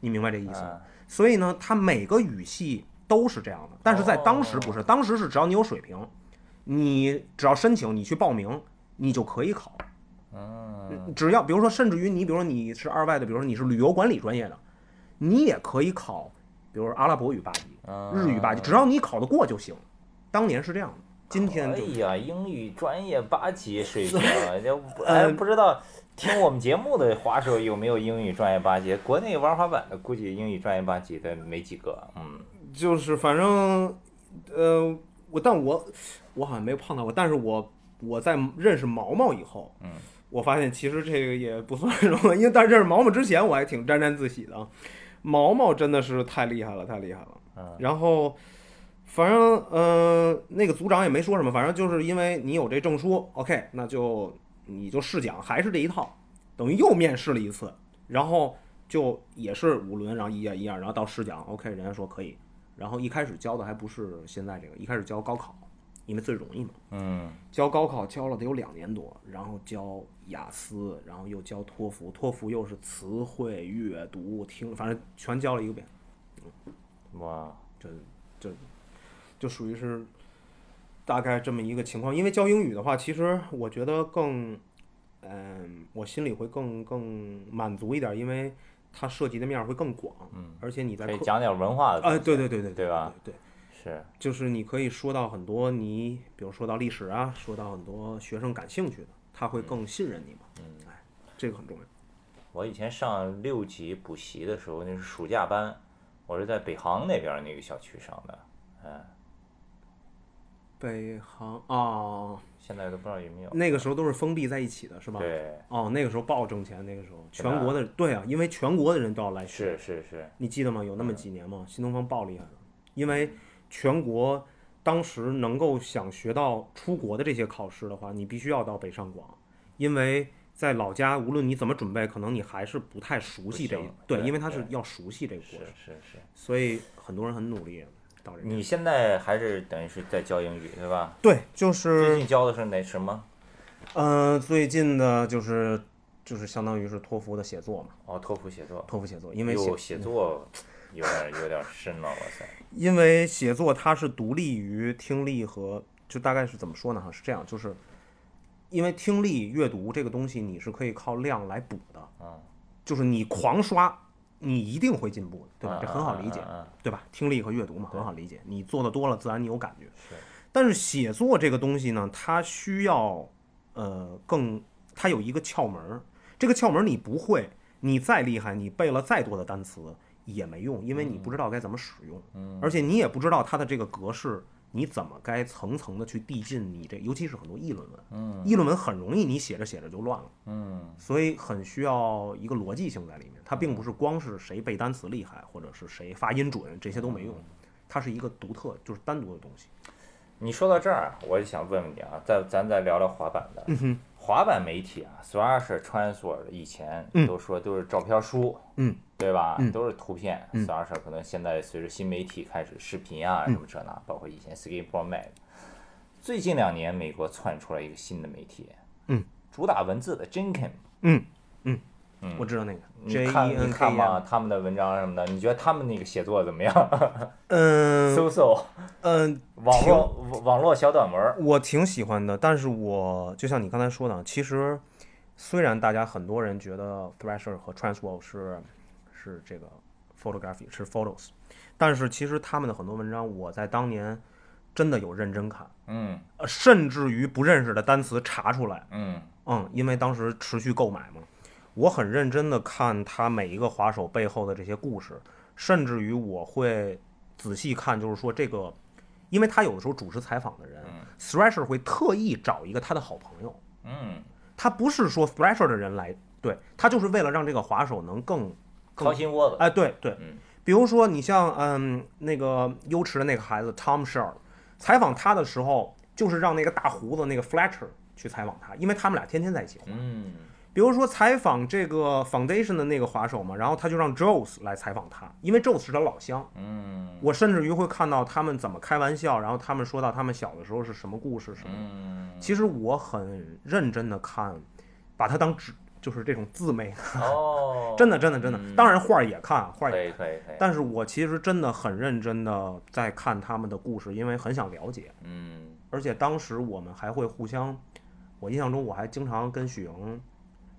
你明白这意思吗？
嗯
所以呢，它每个语系都是这样的，但是在当时不是，当时是只要你有水平，你只要申请，你去报名，你就可以考。嗯，只要比如说，甚至于你，比如说你是二外的，比如说你是旅游管理专业的，你也可以考，比如说阿拉伯语八级、日语八级，只要你考得过就行。当年是这样的，今天
哎
就
呀，英语专业八级水平啊，
[LAUGHS]
就不
呃
哎不知道听我们节目的滑手有没有英语专业八级？国内玩滑板的估计英语专业八级的没几个，嗯，
就是反正，呃，我但我我好像没有碰到过，但是我我在认识毛毛以后，
嗯，
我发现其实这个也不算什么，因为但是认识毛毛之前我还挺沾沾自喜的啊，毛毛真的是太厉害了，太厉害了，
嗯，
然后。反正，呃，那个组长也没说什么，反正就是因为你有这证书，OK，那就你就试讲，还是这一套，等于又面试了一次，然后就也是五轮，然后一样一样，然后到试讲，OK，人家说可以，然后一开始教的还不是现在这个，一开始教高考，因为最容易嘛。
嗯，
教高考教了得有两年多，然后教雅思，然后又教托福，托福又是词汇、阅读、听，反正全教了一个遍，
哇，
就就就属于是大概这么一个情况。因为教英语的话，其实我觉得更，嗯，我心里会更更满足一点，因为它涉及的面儿会更广，嗯，而且你在
可以
课，
讲点文化的东
哎，
西，
对对对对
对吧？
对。
是，
就是你可以说到很多你，比如说到历史啊，说到很多学生感兴趣的，他会更信任你嘛。嗯，哎，这个很重要。
我以前上六级补习的时候，那是暑假班，我是在北航那边那个小区上的，嗯，
北航哦，
现在都不知道有没有。
那个时候都是封闭在一起的，是吧？。
对，
哦，那个时候不好挣钱，那个时候
是吧
全国的对啊，因为全国的人都要来学，
是是是，
你记得吗？有那
嗯
么几年吗？新东方爆厉害了，因为全国当时能够想学到出国的这些考试的话，你必须要到北上广，因为在老家无论你怎么准备，可能你还是不太熟悉这
不
一
行
对，
对
因为它是
对
要熟悉这个
是
过程，
是是。
所以很多人很努力到这个。
你现在还是等于是在教英语对吧？
对，就
最
是
近教的是哪什么？
嗯、呃最近的就是就是相当于是托福的写作嘛，
哦，托福写作，
托福写作，因为
有
写
写作有点有点深了，哇塞！
因为写作它是独立于听力和，就大概是怎么说呢？哈，是这样，就是因为听力、阅读这个东西，你是可以靠量来补的，
嗯，
就是你狂刷，你一定会进步的，对吧？
嗯
这很好理解
嗯，嗯
对吧？听力和阅读嘛，很好理解，你做的多了，自然你有感觉。
是
但是写作这个东西呢，它需要呃更，它有一个窍门儿，这个窍门儿你不会，你再厉害，你背了再多的单词也没用，因为你不知道该怎么使用，而且你也不知道它的这个格式。你怎么该层层的去递进你这，尤其是很多议论文，议论文很容易你写着写着就乱了，
嗯
所以很需要一个逻辑性在里面。它并不是光是谁背单词厉害，或者是谁发音准，这些都没用，它是一个独特，就是单独的东西。
嗯，你说到这儿啊，我就想问问你啊，再咱再聊聊滑板
嗯
的。滑板媒体啊，Swash、Transfer 以前都说都是照片书，
嗯，
对吧？都是图片。Swash 可能现在随着新媒体开始视频啊
嗯
什么这那，包括以前 Skateboard Mag。最近两年，美国窜出来一个新的媒体，
嗯，
主打文字的 Jenkins。
我知道那个
你
J
看
E
嗯你
N
看
K
嘛，
M。
他们的文章什么的，你觉得他们那个写作怎么样 [LAUGHS]
嗯
搜搜
嗯，
网络网网络小短文儿，
我挺喜欢的，但是我就像你刚才说的，其实虽然大家很多人觉得 Thrasher 和 Transwell 是是这个 photography 是 photos，但是其实他们的很多文章，我在当年真的有认真看，
嗯
呃，甚至于不认识的单词查出来，
嗯
嗯，因为当时持续购买嘛，我很认真的看他每一个滑手背后的这些故事，甚至于我会仔细看，就是说这个，因为他有的时候主持采访的人、
嗯
t h r a s h e r 会特意找一个他的好朋友，
嗯，
他不是说 Thrasher 的人来，对他就是为了让这个滑手能更，更
掏心窝子，
哎，对对
嗯，
比如说你像嗯那个优池的那个孩子 Tom Sher，采访他的时候就是让那个大胡子那个 Fletcher 去采访他，因为他们俩天天在一起滑。
嗯
比如说采访这个 Foundation 的那个滑手嘛，然后他就让 Jones 来采访他，因为 Jones 是他老乡。
嗯
我甚至于会看到他们怎么开玩笑，然后他们说到他们小的时候是什么故事什么的。
嗯，
其实我很认真的看，把它当纸，就是这种自媒，
哦，
真的真的真的。当然画儿也看，画儿
可
也，
以可以可以，
但是我其实真的很认真的在看他们的故事，因为很想了解。
嗯
而且当时我们还会互相，我印象中我还经常跟许莹、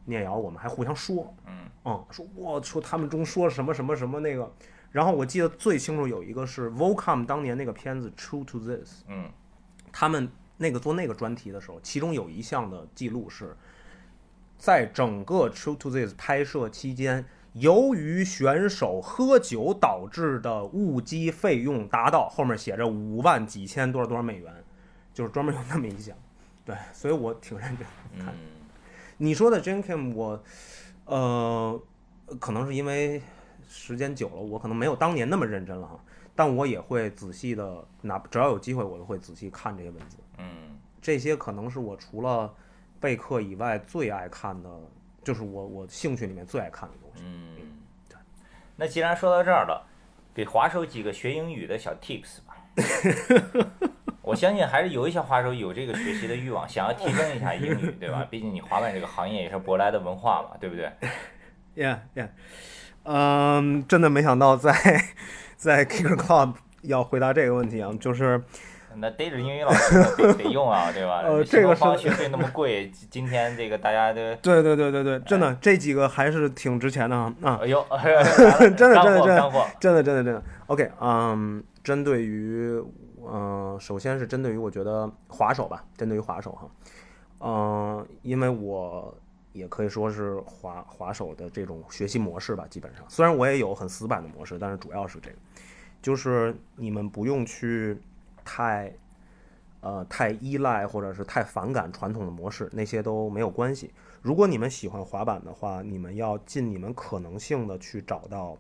聂瑶，我们还互相说，
嗯
嗯，说我说他们中说什么什么什么那个。然后我记得最清楚有一个是 Volcom 当年那个片子《True to This》，
嗯
他们那个做那个专题的时候，其中有一项的记录是，在整个《True to This》拍摄期间，由于选手喝酒导致的误机费用达到后面写着五万几千多少多少美元，就是专门有那么一项。对，所以我挺认真。
嗯。
你说的 j e n k i n 我呃，可能是因为时间久了，我可能没有当年那么认真了哈，但我也会仔细的，哪只要有机会，我都会仔细看这些文字。
嗯
这些可能是我除了备课以外最爱看的，就是我我兴趣里面最爱看的东西。
嗯，那既然说到这儿了，给滑手几个学英语的小 tips
[LAUGHS]
吧。我相信还是有一些滑手有这个学习的欲望，想要提升一下英语，对
[LAUGHS]
吧？毕竟你滑板这个行业也是舶来的文化嘛，对不对？
Yeah, yeah，嗯，真的没想到在在 Kicker Club 要回答这个问题啊，就是
那逮着英语老师得得用啊，对吧？
呃
新东
这个是
方学费那么贵，今今天这个大
[LAUGHS]
家都，
对对对对对，真的这几个还是挺值钱的啊啊，
哎
[LAUGHS]
呦，真
真的真的真的
干货，
真的真的真的。OK，嗯，针对于嗯、呃首先是针对于我觉得滑手吧，针对于滑手哈，嗯、因为我也可以说是滑滑手的这种学习模式吧，基本上，虽然我也有很死板的模式，但是主要是这个，就是你们不用去太。呃，太依赖或者是太反感传统的模式，那些都没有关系。如果你们喜欢滑板的话，你们要尽你们可能性的去找到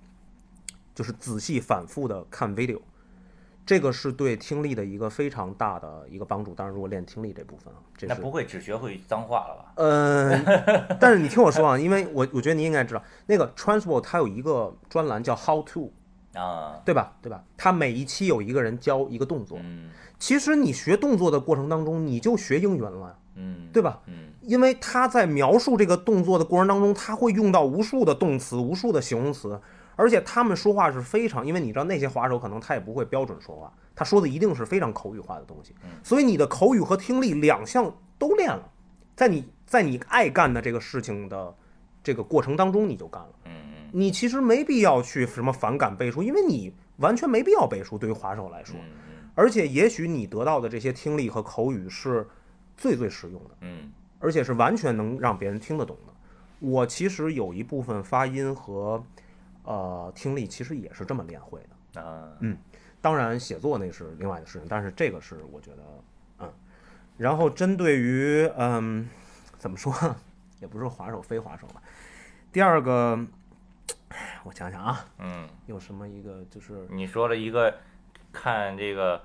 就是仔细反复的看 video，这个是对听力的一个非常大的一个帮助。当然，如果练听力这部分啊，这
那
是
不会只学会脏话了吧？
嗯，但是你听我说啊，因为我我觉得你应该知道，那个 Transport 它有一个专栏叫 How to，
啊，
对吧？对吧？它每一期有一个人教一个动作。
嗯
其实你学动作的过程当中，你就学英语了，
嗯，
对吧？
嗯
因为他在描述这个动作的过程当中，他会用到无数的动词、无数的形容词，而且他们说话是非常，因为你知道那些滑手可能他也不会标准说话，他说的一定是非常口语化的东
嗯
西，所以你的口语和听力两项都练了，在你在你爱干的这个事情的这个过程当中你就干了，
嗯
你其实没必要去什么反感背书，因为你完全没必要背书，对于滑手来说，
嗯嗯
而且也许你得到的这些听力和口语是最最实用的。
嗯
而且是完全能让别人听得懂的。我其实有一部分发音和呃听力其实也是这么练会的。
嗯啊，
当然，写作那是另外的事情，但是这个是我觉得，嗯。然后针对于嗯，怎么说，也不是滑手非滑手吧。第二个，我想想啊，
嗯。
有什么一个就是
你说了一个看这个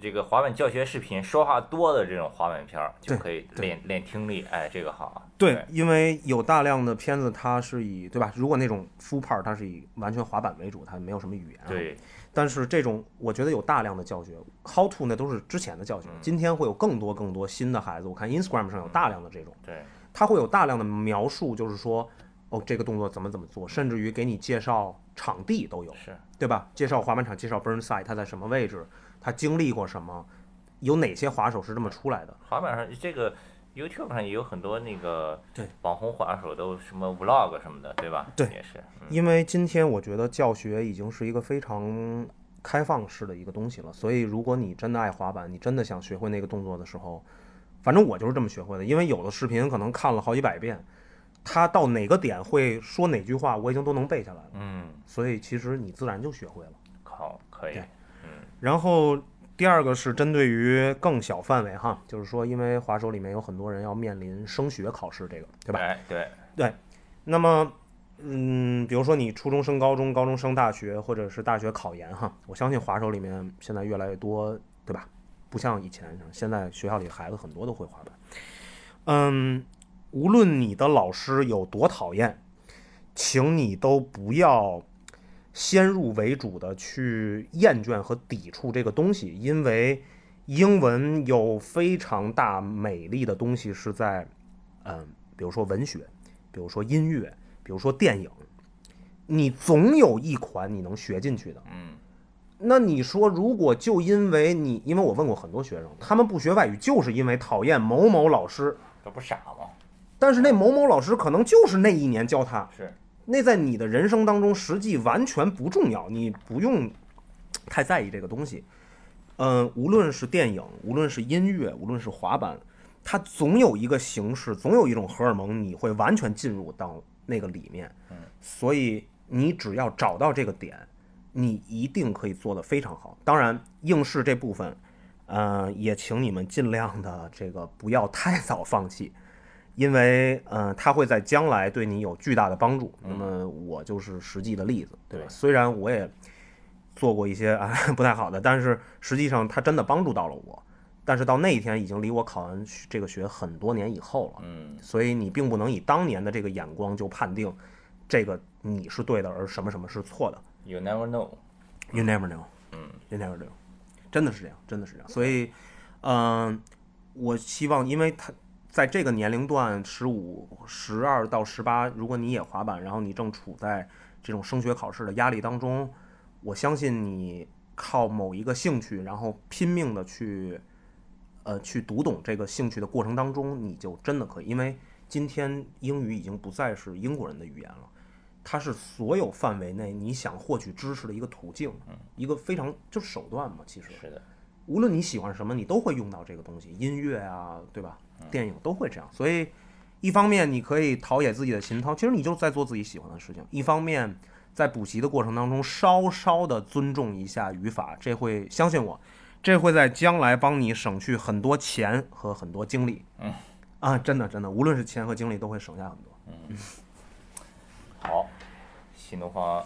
这个滑板教学视频，说话多的这种滑板片儿，就
对
可以
对
练练听力。哎，这个好啊。
对，因为有大量的片子它是以对吧？如果那种 full part 它是以完全滑板为主，它没有什么语言、啊。
对，
但是这种我觉得有大量的教学，How to 呢都是之前的教学，今天会有更多更多新的孩子，我看 Instagram 上有大量的这种，
对，
他会有大量的描述，就是说，哦，这个动作怎么怎么做，甚至于给你介绍场地都有，
是，
对吧？介绍滑板场，介绍 Burnside 它在什么位置，它经历过什么，有哪些滑手是这么出来的，
滑板上这个 YouTube 上也有很多那个
对
网红滑手都什么 Vlog 什么的，对吧？
对
也是。嗯
因为今天我觉得教学已经是一个非常开放式的一个东西了。所以，如果你真的爱滑板，你真的想学会那个动作的时候，反正我就是这么学会的。因为有的视频可能看了好几百遍，他到哪个点会说哪句话，我已经都能背下来了。
嗯，
所以，其实你自然就学会了。
好，可以
对，然后第二个是针对于更小范围哈，就是说，因为滑手里面有很多人要面临升学考试，这个对吧？
哎，对，
那么，嗯，比如说你初中升高中，高中升大学，或者是大学考研哈，我相信滑手里面现在越来越多，对吧？不像以前，现在学校里孩子很多都会滑板。嗯，无论你的老师有多讨厌，请你都不要先入为主的去厌倦和抵触这个东西，因为英文有非常大美丽的东西是在，嗯，比如说文学，比如说音乐，比如说电影，你总有一款你能学进去的。
嗯，
那你说，如果就因为你，因为我问过很多学生，他们不学外语就是因为讨厌某某老师，
这不傻吗？
但是那某某老师可能就是那一年教他，
是，
那在你的人生当中实际完全不重要，你不用太在意这个东西。嗯，无论是电影，无论是音乐，无论是滑板，它总有一个形式，总有一种荷尔蒙，你会完全进入到那个里面。所以你只要找到这个点，你一定可以做得非常好。当然，应试这部分，呃，也请你们尽量的这个不要太早放弃，因为呃，它会在将来对你有巨大的帮助。那么我就是实际的例子，对吧？
嗯对
虽然我也做过一些啊 [LAUGHS] 不太好的，但是实际上它真的帮助到了我。但是到那一天已经离我考完学这个学很多年以后了，
嗯，
所以你并不能以当年的这个眼光就判定这个你是对的，而什么什么是错的。
You never know，
You never know，
嗯
，You never know，真的是这样，真的是这样。所以，嗯、我希望，因为他在这个年龄段，十五、十二到十八，如果你也滑板，然后你正处在这种升学考试的压力当中，我相信你靠某一个兴趣，然后拼命的去，呃，去读懂这个兴趣的过程当中，你就真的可以，因为今天英语已经不再是英国人的语言了。它是所有范围内你想获取知识的一个途径，一个非常就是手段嘛。其实
是的，
无论你喜欢什么，你都会用到这个东西，音乐啊，对吧？电影都会这样。所以，一方面你可以陶冶自己的情操，其实你就在做自己喜欢的事情；一方面，在补习的过程当中，稍稍的尊重一下语法，这会相信我，这会在将来帮你省去很多钱和很多精力。
嗯，
啊，真的真的，无论是钱和精力，都会省下很多。
好，新东方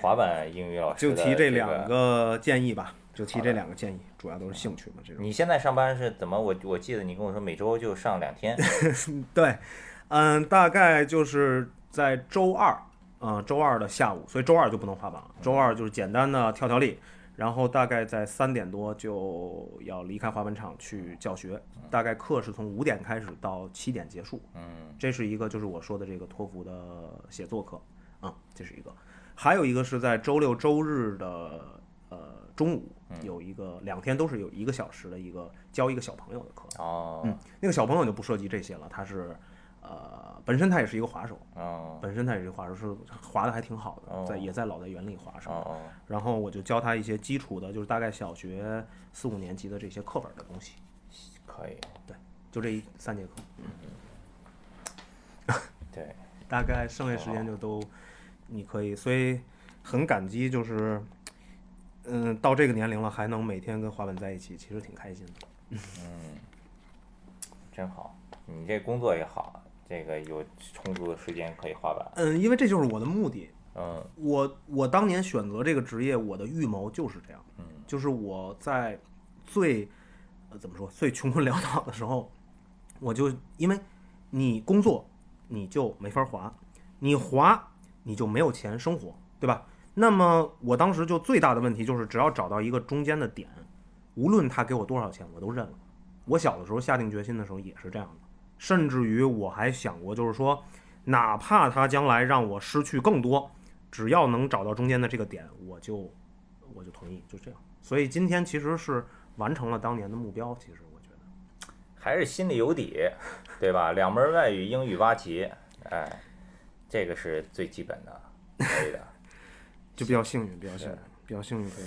滑板英语老师
就
的
提
这
两
个。
个建议吧，就提这两个建议，主要都是兴趣嘛，这种。
你现在上班是怎么？我我记得你跟我说每周就上两
[LAUGHS]
天，
对，嗯，大概就是在周二，嗯、周二的下午，所以周二就不能滑板了。周二就是简单的跳跳力，然后大概在三点多就要离开滑板场去教学，大概课是从五点开始到七点结束。
嗯，
这是一个就是我说的这个托福的写作课啊、这是一个，还有一个是在周六周日的呃中午有一个两天都是有一个小时的一个教一个小朋友的课。
哦，
嗯，那个小朋友就不涉及这些了，他是，呃，本身他也是一个滑手，
哦，
本身他也是一个滑手，是滑的还挺好的，在
哦
也在老在园里滑
哦
上。
哦，
然后我就教他一些基础的，就是大概小学四五年级的这些课本的东西，
可以，
就这一三节课，
对，
大概剩下时
哦
间就都你可以，所以很感激，就是，嗯，到这个年龄了还能每天跟滑板在一起，其实挺开心的。
真好，你这工作也好，这个有充足的时间可以滑板，
嗯，因为这就是我的目的，
嗯
我我当年选择这个职业，我的预谋就是这样，
嗯
就是我在最、呃、怎么说最穷困潦倒的时候，我就因为你工作你就没法滑，你滑你就没有钱生活，对吧？那么我当时就最大的问题就是，只要找到一个中间的点，无论他给我多少钱，我都认了。我小的时候下定决心的时候也是这样的，甚至于我还想过，就是说，哪怕他将来让我失去更多，只要能找到中间的这个点，我就我就同意，就这样。所以今天其实是完成了当年的目标，其实我觉得
还是心里有底，对吧？两门外语，英语八级，哎，这个是最基本的，可以的。
就比较幸运，比较幸运。比较幸运可以。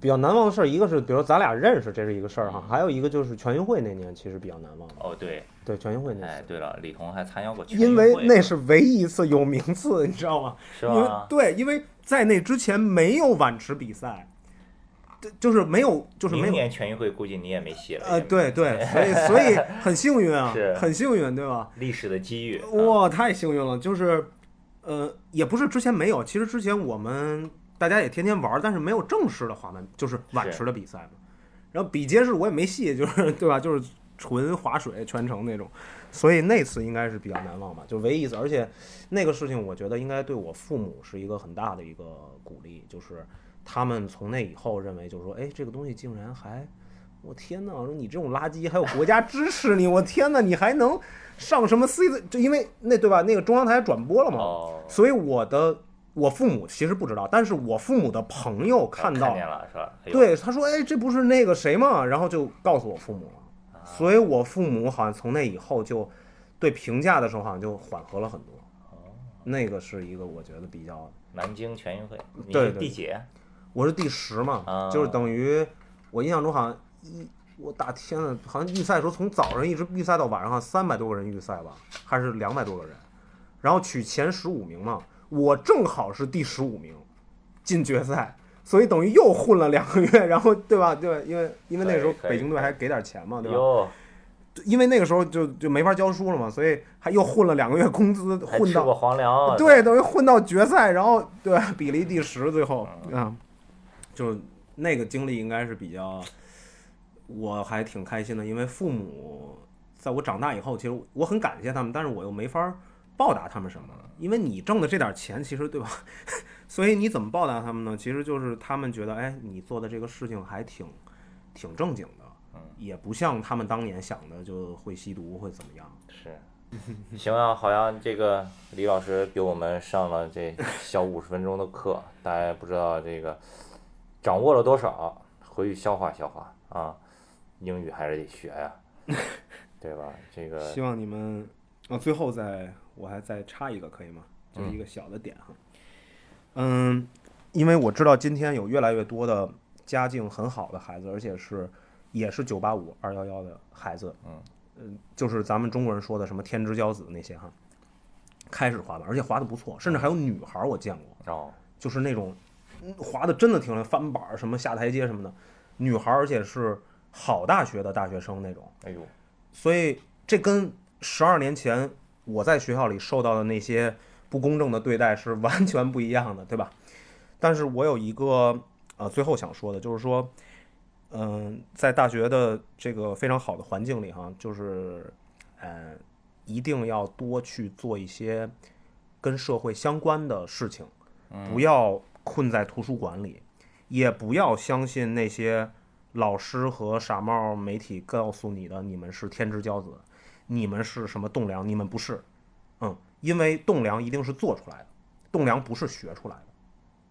比较难忘的事儿，一个是比如咱俩认识，这是一个事儿哈，
嗯
还有一个就是全运会那年，其实比较难忘。
哦，对，
对，全运会那
哎，
次，
对了，李彤还参加过全运
因
会，
为那是唯一一次有名次，你知道吗？
是
因为
吧？
对，因为在那之前没有碗池比赛，对，就是没有，就是没
明
有，
年全运会估计你也没戏了。
呃，
也没
对对，所以所以很幸运 [LAUGHS] 啊
是，
很幸运，对吧？
历史的机遇，啊
哇，太幸运了，就是，呃，也不是之前没有，其实之前我们大家也天天玩儿，但是没有正式的滑板，就是碗池的比赛嘛。然后比皆是，我也没戏，就是 [LAUGHS] 对吧？就是纯划水全程那种，所以那次应该是比较难忘吧，就唯一一次。而且那个事情，我觉得应该对我父母是一个很大的一个鼓励，就是他们从那以后认为，就是说，哎，这个东西竟然还，我天呐，我说你这种垃圾还有国家支持你，我天呐，你还能上什么 C 的？就因为那对吧？那个中央台转播了嘛，
哦，
所以我的我父母其实不知道，但是我父母的朋友看到
见了是吧？哎呦，
对，他说：“哎，这不是那个谁吗？”然后就告诉我父母了，所以我父母好像从那以后就对评价的时候好像就缓和了很多。那个是一个我觉得比较，
南京全运会，你
对
是
对
第几？
我是第十嘛
啊，
就是等于我印象中好像一，我大天呐，好像预赛的时候从早上一直预赛到晚上，三百多个人预赛吧，还是两百多个人，然后取前十五名嘛，我正好是第十五名，进决赛。所以等于又混了两个月，然后对吧？对吧，因为因为那时候
可以可以
北京队还给点钱嘛，对吧？
哟，
因为那个时候就就没法教书了嘛，所以还又混了两个月工资，
还
混
吃过
到
皇粮啊，
对，等于混到决赛，然后对 [LAUGHS] 吧比了一第十，最后啊，就那个经历应该是比较，我还挺开心的，因为父母在我长大以后，其实我很感谢他们，但是我又没法报答他们什么，因为你挣的这点钱，其实对吧？ [LAUGHS] 所以你怎么报答他们呢？其实就是他们觉得，哎，你做的这个事情还挺挺正经的。也不像他们当年想的就会吸毒会怎么样，
是。行啊，好像这个李老师给我们上了这小五十分钟的课，大家不知道这个掌握了多少，回去消化消化啊。英语还是得学
[LAUGHS]
呀、对吧？这个
希望你们啊，最后再我还再插一个可以吗？就是一个小的点哈。嗯，因为我知道今天有越来越多的家境很好的孩子，而且是也是九八五二幺幺的孩子，
嗯
嗯，就是咱们中国人说的什么天之骄子那些哈，开始滑板，而且滑的不错，甚至还有女孩儿我见过，
哦，
就是那种嗯滑的真的挺厉害，翻板儿什么下台阶什么的，女孩儿而且是好大学的大学生那种。
哎呦，
所以这跟十二年前我在学校里受到的那些不公正的对待是完全不一样的，对吧？但是我有一个呃，最后想说的就是说，嗯、在大学的这个非常好的环境里哈，就是呃，一定要多去做一些跟社会相关的事情，不要困在图书馆里，也不要相信那些老师和傻帽媒体告诉你的，你们是天之骄子，你们是什么栋梁，你们不是。嗯，因为栋梁一定是做出来的，栋梁不是学出来的。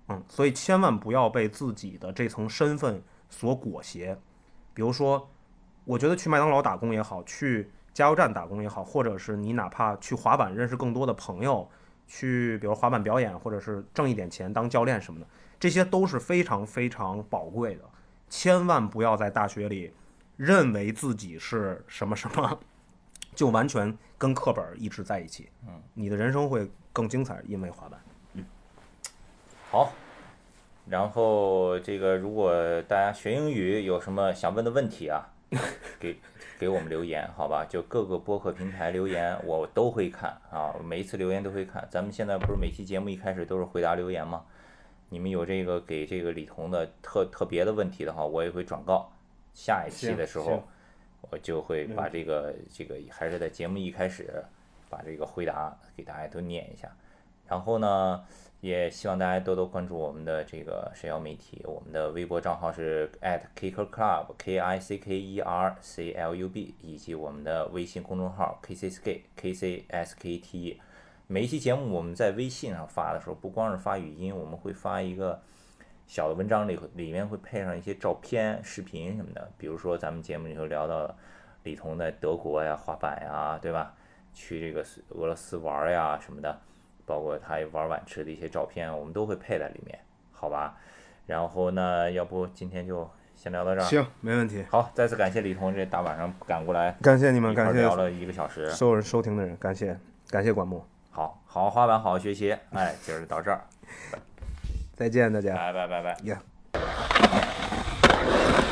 嗯，所以千万不要被自己的这层身份所裹挟。比如说，我觉得去麦当劳打工也好，去加油站打工也好，或者是你哪怕去滑板认识更多的朋友，去比如滑板表演，或者是挣一点钱当教练什么的，这些都是非常非常宝贵的。千万不要在大学里认为自己是什么什么，就完全跟课本一直在一起。嗯，你的人生会更精彩，因为滑板。
好。然后这个，如果大家学英语有什么想问的问
[LAUGHS]
题啊，给给我们留言，好吧？就各个播客平台留言，我都会看啊，每一次留言都会看。咱们现在不是每期节目一开始都是回答留言吗？你们有这个给这个李彤的特特别的问题的话，我也会转告。下一期的时
行嗯
候，我就会把这个这个还是在节目一开始把这个回答给大家都念一下。然后呢，也希望大家多多关注我们的这个社交媒体，我们的微博账号是 at kicker club k i c k e r c l u b，以及我们的微信公众号 k c s k k c s k t。每 E 一期节目我们在微信上发的时候，不光是发语音，我们会发一个小的文章里里面会配上一些照片、视频什么的。比如说咱们节目里头聊到了李彤在德国呀滑板呀，对吧？去这个斯俄罗斯玩呀什么的，包括他玩碗池的一些照片，我们都会配在里面，好吧？然后呢，要不今天就先聊到这儿。
行，没问题。
好，再次感谢李彤这大晚上赶过来，
感谢你
你
们，感谢
聊了啊一个小时。
所有人收听的人，感谢感谢管木，
好好好滑板，好好学习。哎，今儿就到这儿，
再见大家。
拜拜拜拜。
Yeah.